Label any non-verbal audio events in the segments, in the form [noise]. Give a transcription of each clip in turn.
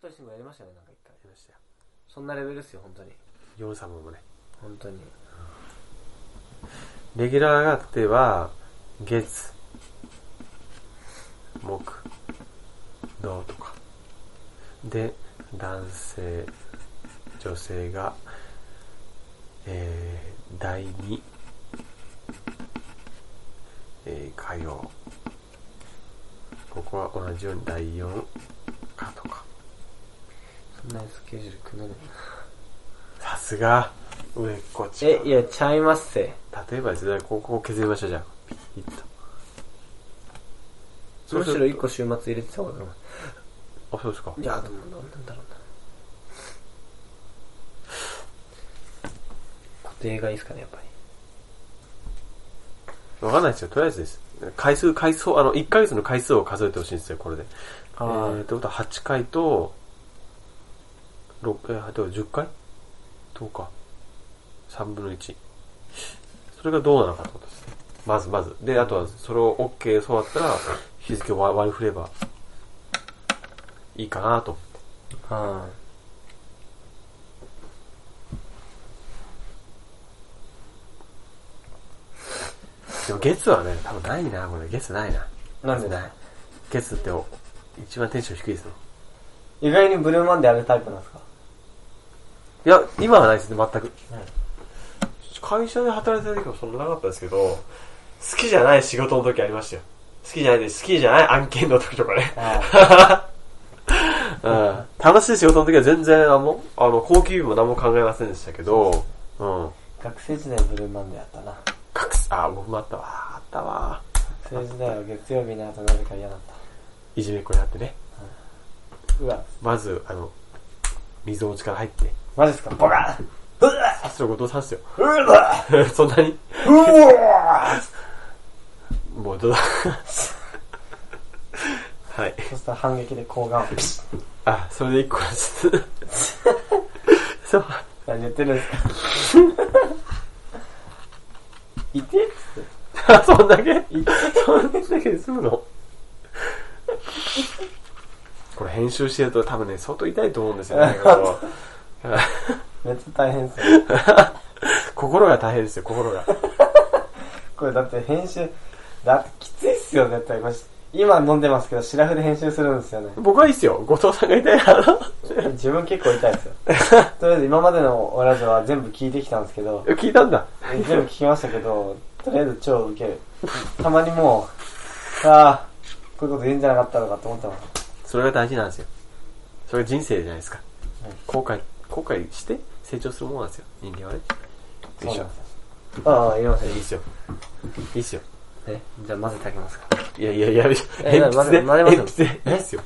トリスもやりましたよね、なんか一回。りましたよそんなレベルですよ、本当に。ヨルサムもね本当に。レギュラー上がっては月木土とかで男性女性が、えー、第2、えー、火曜ここは同じように第4かとかそんなスケジュール組めない。さすが上っ子ちえ、いや、ちゃいますせ。例えばですねここを削りましょうじゃあピッとむしろ一個週末入れてた方がいいかあそうですかも。いや、でも、なんだろうな。固定がいいですかね、やっぱり。わかんないですよ。とりあえずです。回数、回数、あの、1ヶ月の回数を数えてほしいんですよ、これで。えー、ってことは8回と、6回、えーと10回 ?10 か。3分の1。それがどうなのかってことです。まずまず。で、あとは、それを OK、そうだったら、日付を割割り振れば、いいかなと。あでも月はね、多分ないな、これ。月ないな。あ。なんでだい。月って、お一番テンション低いですよ。意外にブルーマンデーあるタイプなんですかいや、今はないですね、全く。はい会社で働いてた時もそんななかったですけど、好きじゃない仕事の時ありましたよ。好きじゃないです。好きじゃない案件の時とかね。あ [laughs] うん。楽しい仕事の時は全然、あの、あの、高級日も何も考えませんでしたけど、うん。あ。学生時代ブルーマンデーあったな。隠す、あ、僕もあったわ。あったわ。学生時代は月曜日の後なぜか嫌だった。いじめっ子になってね。うわ、まず、あの、水落ちから入って、マジっすかボカッうわ刺すことを刺すよ。 [laughs] うわそんなにうわもう、どうだ。はい。そしたら反撃で睾丸をピシッあ、それで一個ずつ。 [laughs] そう。何言ってるんですか [laughs] いてっつっあ、そんだけそんだけで済むのこれ編集してると多分ね、相当痛いと思うんです [laughs] よね。このてめっちゃ大変っすよ心が大変ですよ、心が。これだって編集だってきついっすよ絶対これ今飲んでますけどシラフで編集するんですよね僕はいいっすよ、後藤さんが痛いな。自分結構痛いですよとりあえず今までのオラジオは全部聞いてきたんですけど聞いたんだ。全部聞きましたけどとりあえず超ウケるたまにもうああこういうこと言うんじゃなかったのかと思ってますそれが大事なんですよ。それが人生じゃないですかうん。後悔、後悔して成長するものなんですよ、人間はね。そうなんいですよああ入れませんいっすよ。いいっすよ。えじゃあ混ぜてあげますかいやいやいや、鉛筆えで、まだまだまだ鉛筆で、えいいっすよ。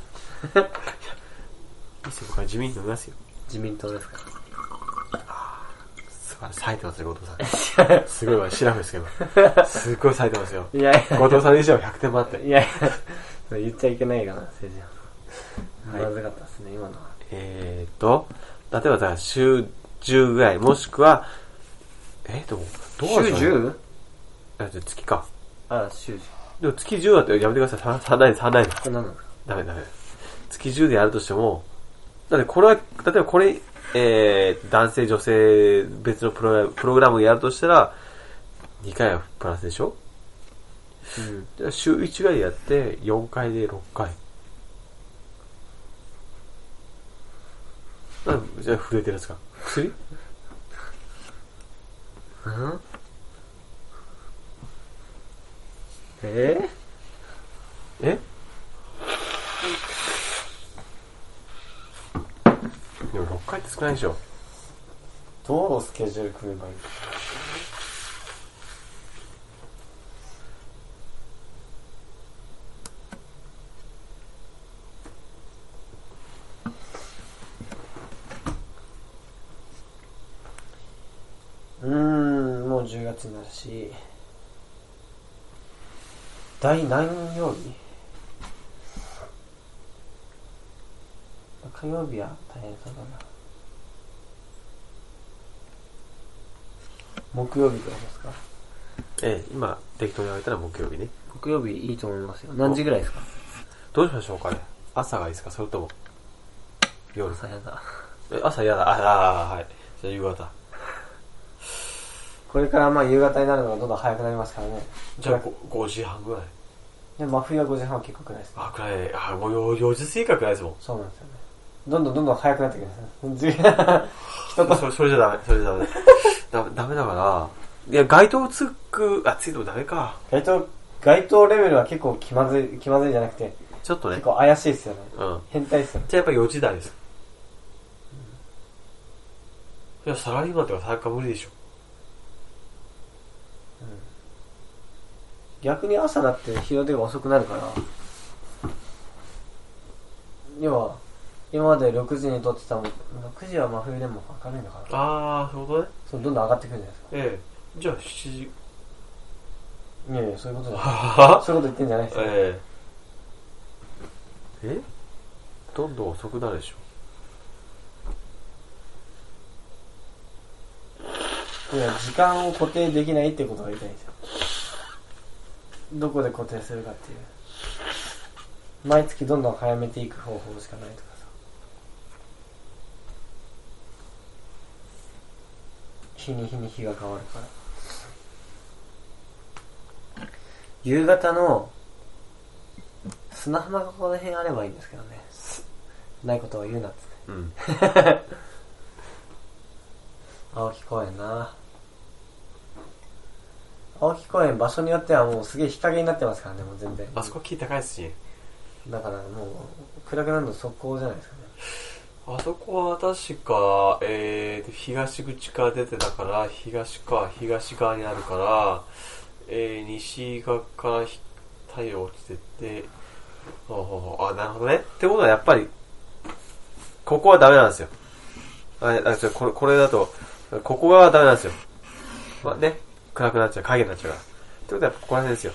いいっすよ、僕は地味に飲みますよ。自民党ですかすごい、冴えてますよ、後藤さん。すごいわ、シラフですけど。すごい冴えてますよ。いやい後藤さん以上100点満ってやいやそれ言っちゃいけないかな政治はまずかったですね今のはえーっと、例えばさ、週10ぐらい、もしくは、えー、でも、どうなんですかね 10? あじゃあ月か。ああ週10でも月10だってやめてください。ささないで、さないで。これ何なんですかダメダメ。月10でやるとしても、だってこれは、例えばこれ、えー、男性、女性、別のプログラムプログラムやるとしたら、2回はプラスでしょうんじゃあ週1ぐらいやって、4回で6回。なんじゃあ震えてるんですか薬えーえでも6回って少ないでしょどうスケジュール組めばいいうーんもう10月になるし第何曜日火曜日は大変そうだな木曜日くらいですかええ、今、適当にあげたら木曜日ね。木曜日いいと思いますよ何時ぐらいですかどうしましょうかね朝がいいですかそれとも、夜。朝やだ。え朝やだ。ああ、はい。じゃあ夕方。これからまあ夕方になるのがどんどん早くなりますからね。じゃあ5時半ぐらい。で真冬は5時半は結構暗いですね。あ、暗い。あ、もう4時過ぎから暗いですもん。そうなんですよね。どんどんどんどん早くなってきます [laughs] ね。人とそれそれじゃダメ、それじゃダメ。 [laughs] ダメダメだから。いや、街灯つく、あ、ついてもダメか。街頭、街頭レベルは結構気まずい、気まずいじゃなくて、ちょっとね結。構怪しいですよね。うん。変態ですよね。じゃあやっぱ4時台です。いや、サラリーマンとか参加無理でしょ。逆に朝だって日の出が遅くなるから、要は、今まで6時に撮ってたもん、6時は真冬でも明るいのかな。ああ、そういうことね。そう、どんどん上がってくるじゃないですか。ええ。じゃあ7時。 [laughs] いやいや、そういうことじゃない。 [laughs] はそういうこと言ってんじゃないですよ。ええ。えどんどん遅くなるでしょ。いや、時間を固定できないってことが言いたいんですよ。どこで固定するかっていう。毎月どんどん早めていく方法しかないとかさ。日に日に日が変わるから。夕方の砂浜がこの辺あればいいんですけどね。すないことを言うなっつって。うん。青木公園な青木公園場所によってはもうすげえ日陰になってますからねもう全然あそこ木高いですしね。だからもう暗くなるの速攻じゃないですかねあそこは確か、えーと、東口から出てたから、東か、東側にあるから、えー、西側からひ太陽落ちてって、ほうほうほうあ、なるほどね。ってことはやっぱり、ここはダメなんですよ。あ、あちょこれ、これだと、ここがダメなんですよ。まあね、暗くなっちゃう、影になっちゃうから。ってことはやっぱここら辺ですよ。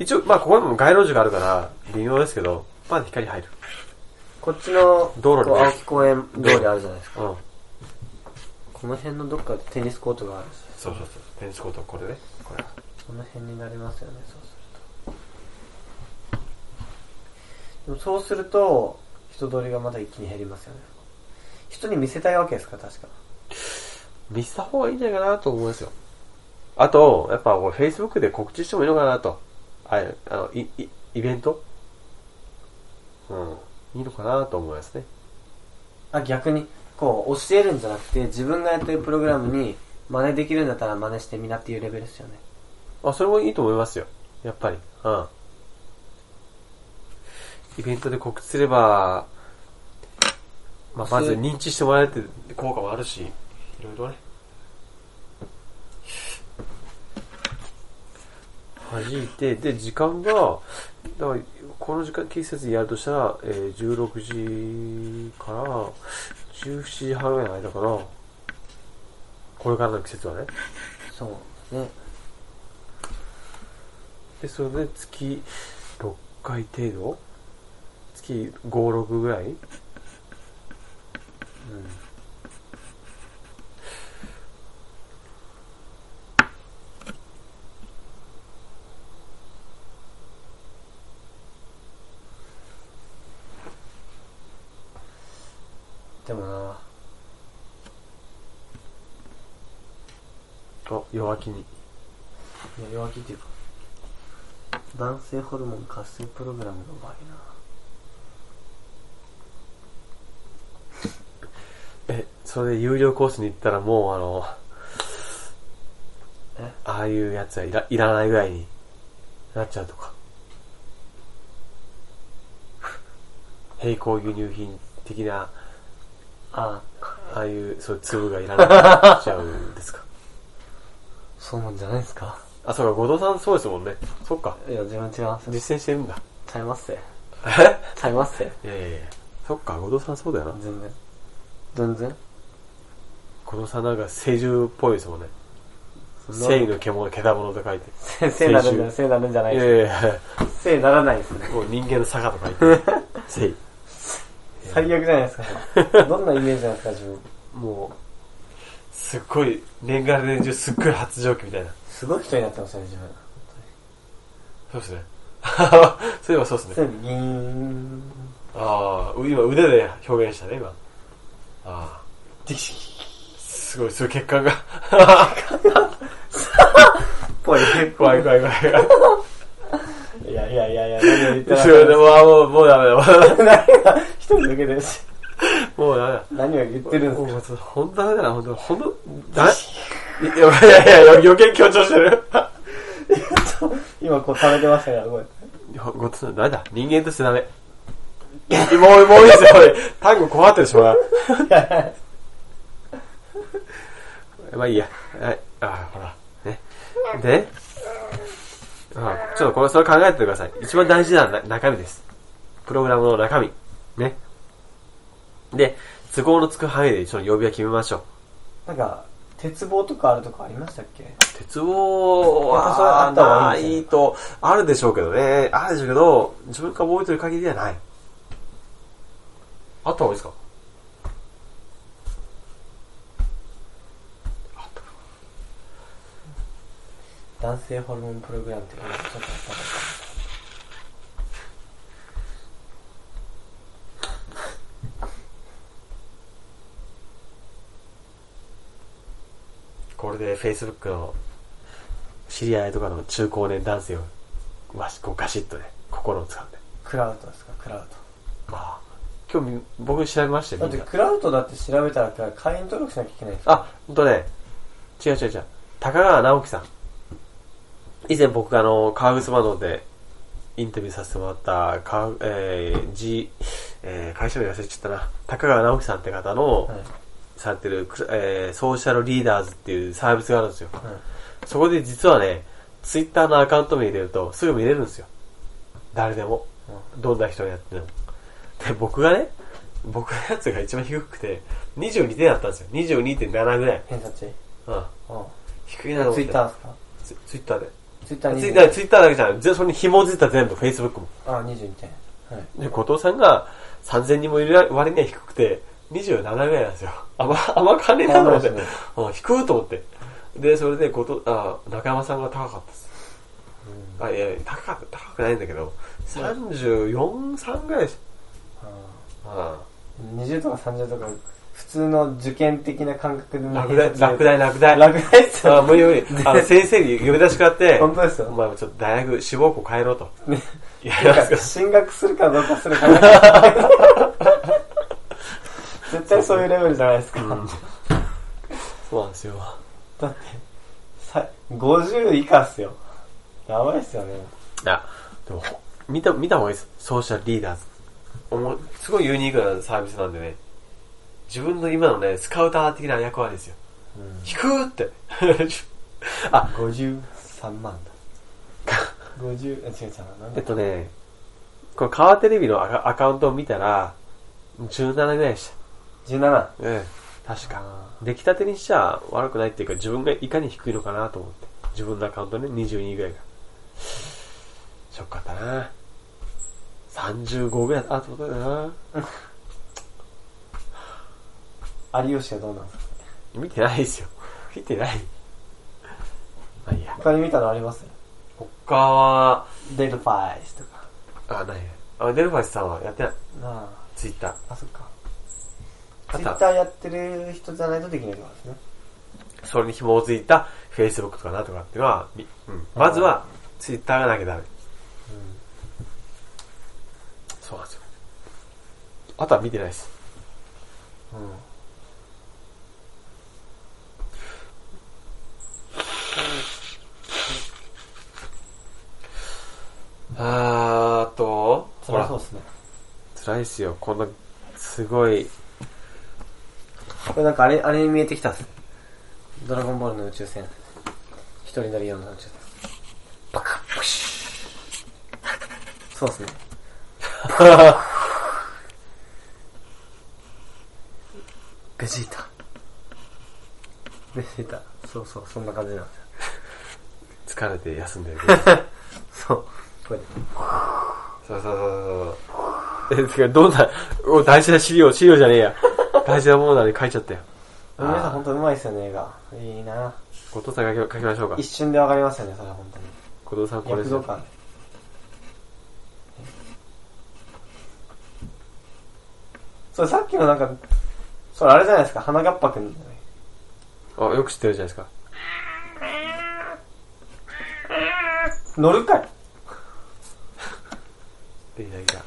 一応、まあここにも街路樹があるから、微妙ですけど、まだ光入る。こっちの道路こにう青木公園通りあるじゃないですうかん。この辺のどっかテニスコートがあるしそうそうそう。テニスコート、これね。これ。この辺になりますよねそうするとでもそうすると人通りがまた一気に減りますよね人に見せたいわけですか確か見せた方がいいんじゃないかなと思いますよ。あと、やっぱこう Facebook で告知してもいいのかなと。ああの、い、い、イベントうん。いいのかなと思いますね。あ、逆に、こう、教えるんじゃなくて、自分がやってるプログラムに真似できるんだったら真似してみなっていうレベルですよね。あ、それもいいと思いますよ。やっぱり。うん。イベントで告知すれば、まあ、まず認知してもらえるって効果もあるし、いろいろね。弾いて、で、時間が、だから、この時間、季節にやるとしたら、えー、16時から17時半ぐらいの間かな。これからの季節はね。そう。ね。で、それで月6回程度月5、6ぐらいうん。でもなあ、弱気に。いや弱気っていうか、男性ホルモン活性プログラムの場合え、それで有料コースに行ったらもうあの、えああいうやつはいらいらないぐらいになっちゃうとか。並行輸入品的な、なあああいう、そういう粒がいらないになっちゃうんですか。そうなんじゃないですか。 [laughs] あ、そうか、後藤さんそうですもんね。そっか。いや、自分違います。実践してるんだ。 [laughs] ちゃいますせ。えちゃいますせ。いやいやいや。そっか、後藤さんそうだよな。全然。全然。後藤さんなんか聖獣っぽいですもんね。そんな正義の獣、獣と書いて。せせいなるんじゃない、せいなるんじゃないいでやいやいや、す。せいならないですね。もう人間の坂と書いて。 [laughs] 正義。最悪じゃないですか。どんなイメージなんですか、自分。もう、すっごい、年がら年中すっごい発情期みたいな。すごい人になってますよね、自分。 [laughs] そうですね。そういえばそうですね。全部ギーン。ああ、う今腕で表現したね、今。ああ。ディキシすごい、そういう血管が。ー。ぽい、結怖い怖い怖い。い。いやいやいやいや、何を言ってなすごい、かっもうあ、もう、もうダメだ。もうダメだた。何が、一人だけです。もうダメだ。何を言ってるんですかもうほんとダメだな、ほんと。ほんと、ダメ。いやいやいや、余計強調してる。今こう食べてましたから、こうやっていやごつな、ダメだ。人間としてダメ。もう、もういいですよ、俺。単語怖ってるしょうがない。まあいいや。はい。ああ、ほら。ね。で、ああちょっとこれ、それ考えてください。一番大事なのはな中身です。プログラムの中身。ね。で、都合のつく範囲で一緒に曜日は決めましょう。なんか、鉄棒とかあるとかありましたっけ鉄棒やっぱそれはあは、った方がないんいじゃないいと、あるでしょうけどね。あるでしょうけど、自分が覚えてる限りではない。あった方がいいですか男性ホルモンプログラムっていうのがちょっとあったのかこれで Facebook の知り合いとかの中高年男性をわしこうガシッとね、心を掴んで。クラウトですか、クラウまあ、今日み僕調べましたト。だってよ、みんな。クラウトだって調べたら会員登録しなきゃいけないんですよあ、ほんとね、違う違う違う。高川直樹さん。以前僕あの、川口窓でインタビューさせてもらった、川、えー、G、えー、会社名忘れちゃったな。高川直樹さんって方の、はいされてる、くえー、ソーシャルリーダーズっていうサービスがあるんですよ。はいそこで実はね、ツイッターのアカウント名入れるとすぐ見れるんですよ。誰でも。どんな人がやってるの。で、僕がね、僕のやつが一番低くて、22点だったんですよ。22.7ぐらい。偏差値うん。う低いなとん。思っツイて。ッターですかツイツイッターで。ツイッターツイ22ッター、ツイッターだけじゃない。全それに紐づいた全部、Facebook も。あ、22点。はい。で、後藤さんが3000人もいる割には低くて、27ぐらいなんですよ。あま、あま関連だと思って。そうなんですうん、低いと思って。で、それで、こと、あ、中山さんが高かったです。あ、いや、高く、高くないんだけど、34、3ぐらいです。あ20とか30とか、普通の受験的な感覚であね落第、落。第、落第。落第っすあ、よ。無理無理。あの、先生に呼び出しがあって、本当ですよお前もちょっと大学志望校変えろと。ねいや、やりますか進学するかどうかするかな。絶対そういうレベルじゃないですか。うんそうなんですよ。だって、さ50以下っすよ。やばいっすよね。いや、でも、見た、見た方がいいです。ソーシャルリーダーズ。おもすごいユニークなサービスなんでね。自分の今のね、スカウター的な役割ですよ。引くーって。あ、 53万だ。50、あ違う違う。なん [laughs] えっだとね、この川テレビのアカアカウントを見たら、17ぐらいでし ?17。た。ええ、確か。出来たてにしちゃ悪くないっていうか、自分がいかに低いのかなと思って。自分のアカウントね、22ぐらいが。ショックだったな35ぐらいあったことだな有吉はどうなんですか見てないですよ。見てない。まあいいや。他に見たのあります他は、デルファイスとか。あ、ない。あ、デルファイスさんはやってない。なあ。ツイッター。あ、そっか。あツイッとタは、ーやってる人じゃないとできないってことですね。それに紐づいた Facebook とかなんとかっていうのは、みうん、まずはツイッターがなきゃダメ。そうなんですよ。あとは見てないです。うん。あーあと、ほ辛らそう、ですね。辛いですよ。こんな、すご [laughs] い、これなんかあれ、あれに見えてきたっす。ドラゴンボールの宇宙船。一人乗り用の宇宙船。パカップシュそうっすね。ベジータ。ベジータ。そうそう、そんな感じなんですよ。疲れて休んでる。そう。これそうそうそうそう。え、てか、どんな、お大事な資料、資料じゃねえや。大事なものなのに書いちゃったよ。皆さんあー本当うまいっすよね、映画。いいな後藤さんが書き書きましょうか一。瞬でわかりますよね、それは本当に。後藤さんこれ躍です動よ。感。それさっきのなんか、それあれじゃないですか、花がっぱくんじゃない。あ、よく知ってるじゃないですか。乗るかいで、いやいや。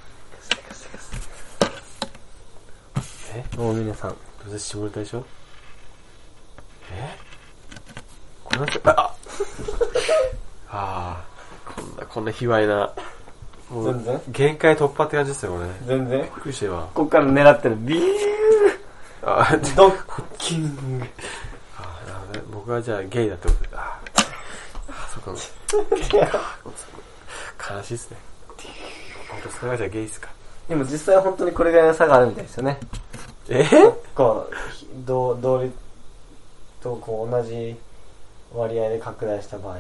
え大峰さん。どうせ下ネタでしょえこんな、ああ [laughs] あー、こんな、こんな卑猥な。も全然う、限界突破って感じですよ、これね。全然。びっくりしてわ。こっから狙ってる。ビュあ、ードンキング。あーなるほどね。僕はじゃあゲイだってことで。あーあー、そこ。悲しいっすね。本当それはじゃあゲイっすか。でも実際本当にこれぐらいの差があるみたいですよね。えこう、ひ同、同率とこう同じ割合で拡大した場合。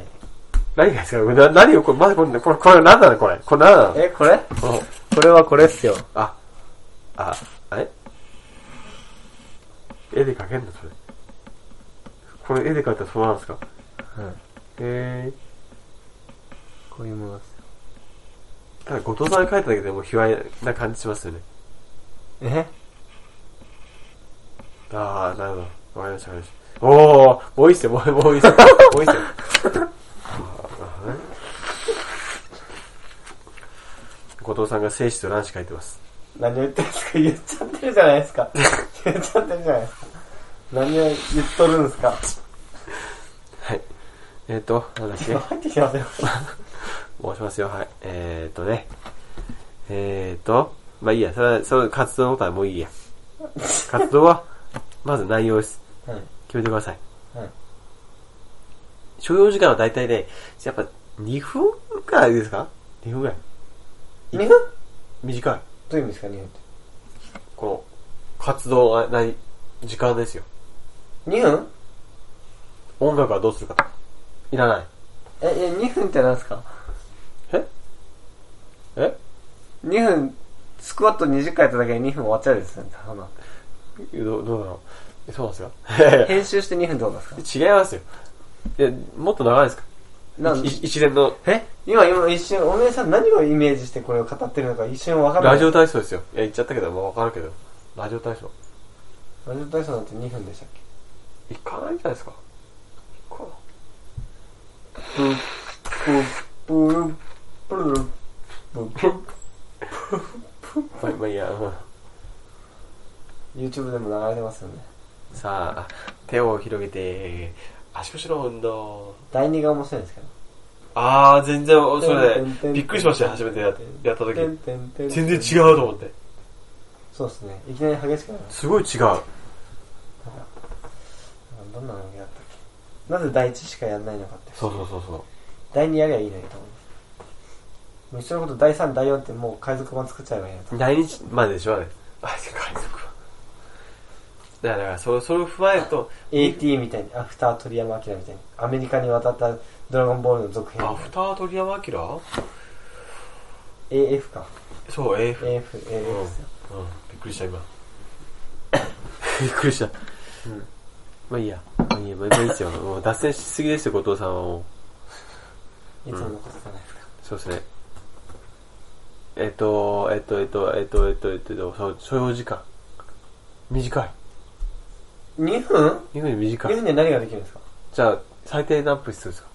何がですかこれな何をこれ、まだこれ、これ、これ何なのこれ。これ何なのえ、これこのこれはこれっすよ。あ、あ、あれ絵で描けんのそれ。これ絵で描いたらそうなんですかうん。へえ。こういうものです。ただ、後藤さんが描いただけでもう卑猥な感じしますよね。えああ、なるほど。わかりました、わかりました。おー、もういいっすよ、もうもういいっすよ。もういいっすよ。あーなるほどね後藤さんが精子と卵子書いてます。何を言ってるんですか言っちゃってるじゃないです [laughs] か。言っちゃってるじゃないですか。何を言っとるんですかはい。えっ、ー、と、なんだっけ。入ってきてますよ。申しますよ、はい。えーとね。えーと、まあいいや、それは、その活動のことはもういい [laughs] や。活動は、まず内容です。うん。決めてください。うん。所要時間は大体ね、やっぱ2分くらいですか ?2 分くらい。 2分ど短い。ういう意味ですか、2分って。この、活動がない時間ですよ。 2分音楽はどうするか。いらない。え、え、2分って何ですかええ ?2 分、スクワット20回やっただけで2分終わっちゃうですよね。あのどうどうだろう。そうなんで編集して2分どうなんですかすか [laughs] 違いますよ。いや、もっと長いですかなんい一連のえ今、今一瞬、お姉さん何をイメージしてこれを語ってるのか一瞬わかんない。ラジオ体操ですよ。いや、言っちゃったけど、もうわかるけど。ラジオ体操。ラジオ体操なんて2分でしたっけ行かないんじゃないですか行こブーブーブーブーブーブーう。まあ、まあ、いいや、うん YouTube でも流れてますよね。さあ、手を広げて、足腰の運動。第2が面白いんですけど。あー、全然、それね、びっくりしましたよ、初めてややった時。てんてんてん全然違うと思って。そうですね。いきなり激しくなる。すごい違う。どんなのやったっけなぜ第1しかやんないのかって。そうそうそうそう。第2やりゃいいのにと思います。もう一緒のこと第3、第4ってもう海賊版作っちゃえばいいのと。来日まででしょ、あれ。あ、海賊は。だからだから、それそれを踏まえると、 AT みたいに、アフター鳥山明みたいに、アメリカに渡ったドラゴンボールの続編アフター鳥山明 AF か。そう、AF、AF。AF ですよ。うん、びっくりした今 [laughs] びっくりした、うんまあいいやまあいいやまあまあいいですよもう脱線しすぎですよ後藤さんはもういつものことじゃないですか。そうですねえっとえっとえっとえっとえっとえっと、えっと、そう所要時間短い2分2分で ?2 短い分で何ができるんですかじゃあ最低何分必要ですか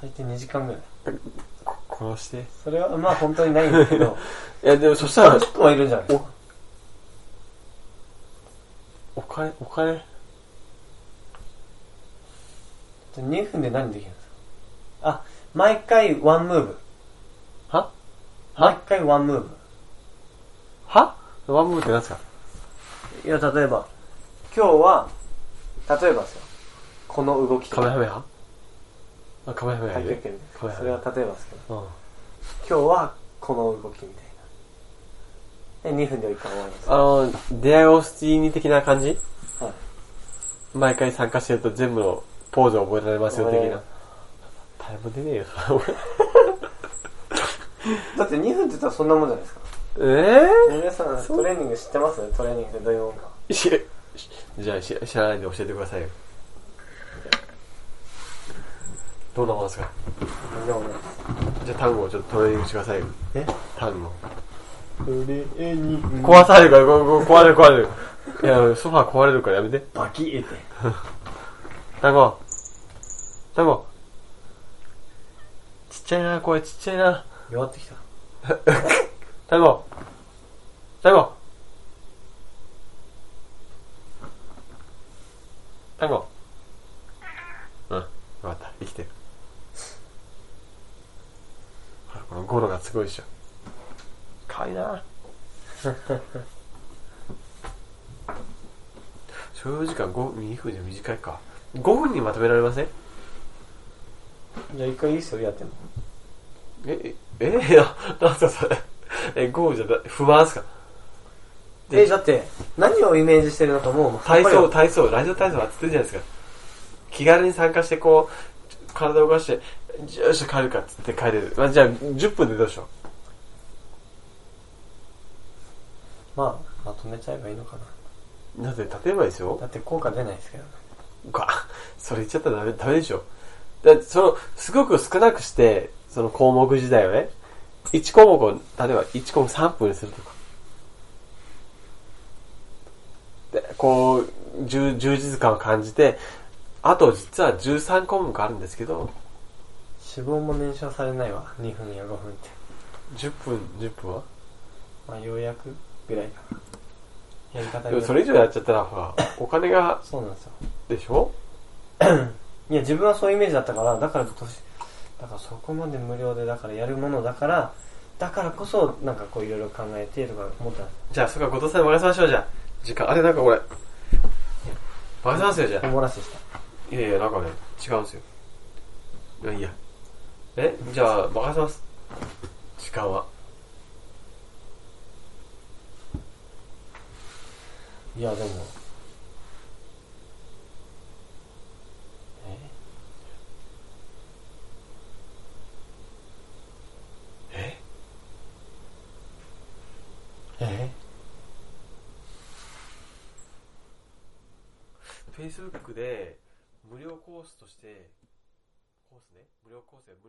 最低2時間ぐらい。こ殺してそれはまあ本当にないんですけ [laughs] ど、いやでもそしたら30分はいるんじゃないですかお金お金じゃあ2分で何できるんですかあ、毎回ワンムーブ。は毎回ワンムーブ。はワンムーブって何ですかいや、例えば、今日は、例えばですよ。この動きとカメか。ハメハあカメハメハ卓い球る拳でカメハそメれハは例えばですけど、うん今日はこの動きみたいな。で、2分で一回終わります。あの、出会いオスティーニ的な感じはい。毎回参加してると全部のポーズを覚えられますよ、的な。誰も出ねえよ、そんなだって2分って言ったらそんなもんじゃないですか。もんえ皆さん、トレーニング知ってますトレーニングってどういうもんか。ぇ、しじゃあし知らないんで教えてくださいよ。どんなもんですかとんでもないですじゃあ単語をちょっとトレーニングしてくださいよ。え単語。壊されるから、ここ壊れる壊れる。いや、ソファー壊れるからやめて。バキって。団子。団子。ちっちゃいな、声ちっちゃいな。弱ってきた。団子。団子。団子。うん、わかった。生きてる。ほら、このゴロがすごいでしょ。かわいいな。 [laughs] 所要時間5分、2分じゃ短いか。5分にまとめられませんじゃあ一回いいっすよ、やっても。え、え、 [laughs] えいや、なんすかそれ。え、ゴーじゃな、不安っすかでえ、だって、何をイメージしてるのかもう、体やっ操、ぱ体操、ラジオ体操やってるじゃないですか。気軽に参加して、こう、体を動かして、よっしゃ帰るかっつって帰れる。まあ、じゃあ、10分でどうしよりまあ、まとめちゃえばいいのかな。う。なぜ、例えばですよ。だって効果出ないですけどね。が、それ言っちゃったらダメ、ダメでしょ。だってその、すごく少なくして、その項目自体をね、1項目を、例えば1項目3分にするとか。で、こう、充充実感を感じて、あと実は13項目あるんですけど、脂肪も燃焼されないわ、2分や5分って。 10分、10分はまあ、ようやくぐらいかな。やり方でにもよそれ以上やっちゃったら、ほ [laughs] ら、お金が、そうなんですよ。でしょいや、自分はそういうイメージだったから、だから今年、だからそこまで無料で、だからやるものだから、だからこそ、なんかこういろいろ考えてとか思ったんでじゃあ、そっか、後藤さんに任せましょう、じゃあ。時間、あれ、なんかこれ。任せますよ、じゃあす。お。漏らしした。いやいや、なんかね、違うんですよ。いや、いいや。えじゃあ、任せます。時間は。いや、でも、ええ ?Facebook で、無料コースとして、コースね、無料コースで、無料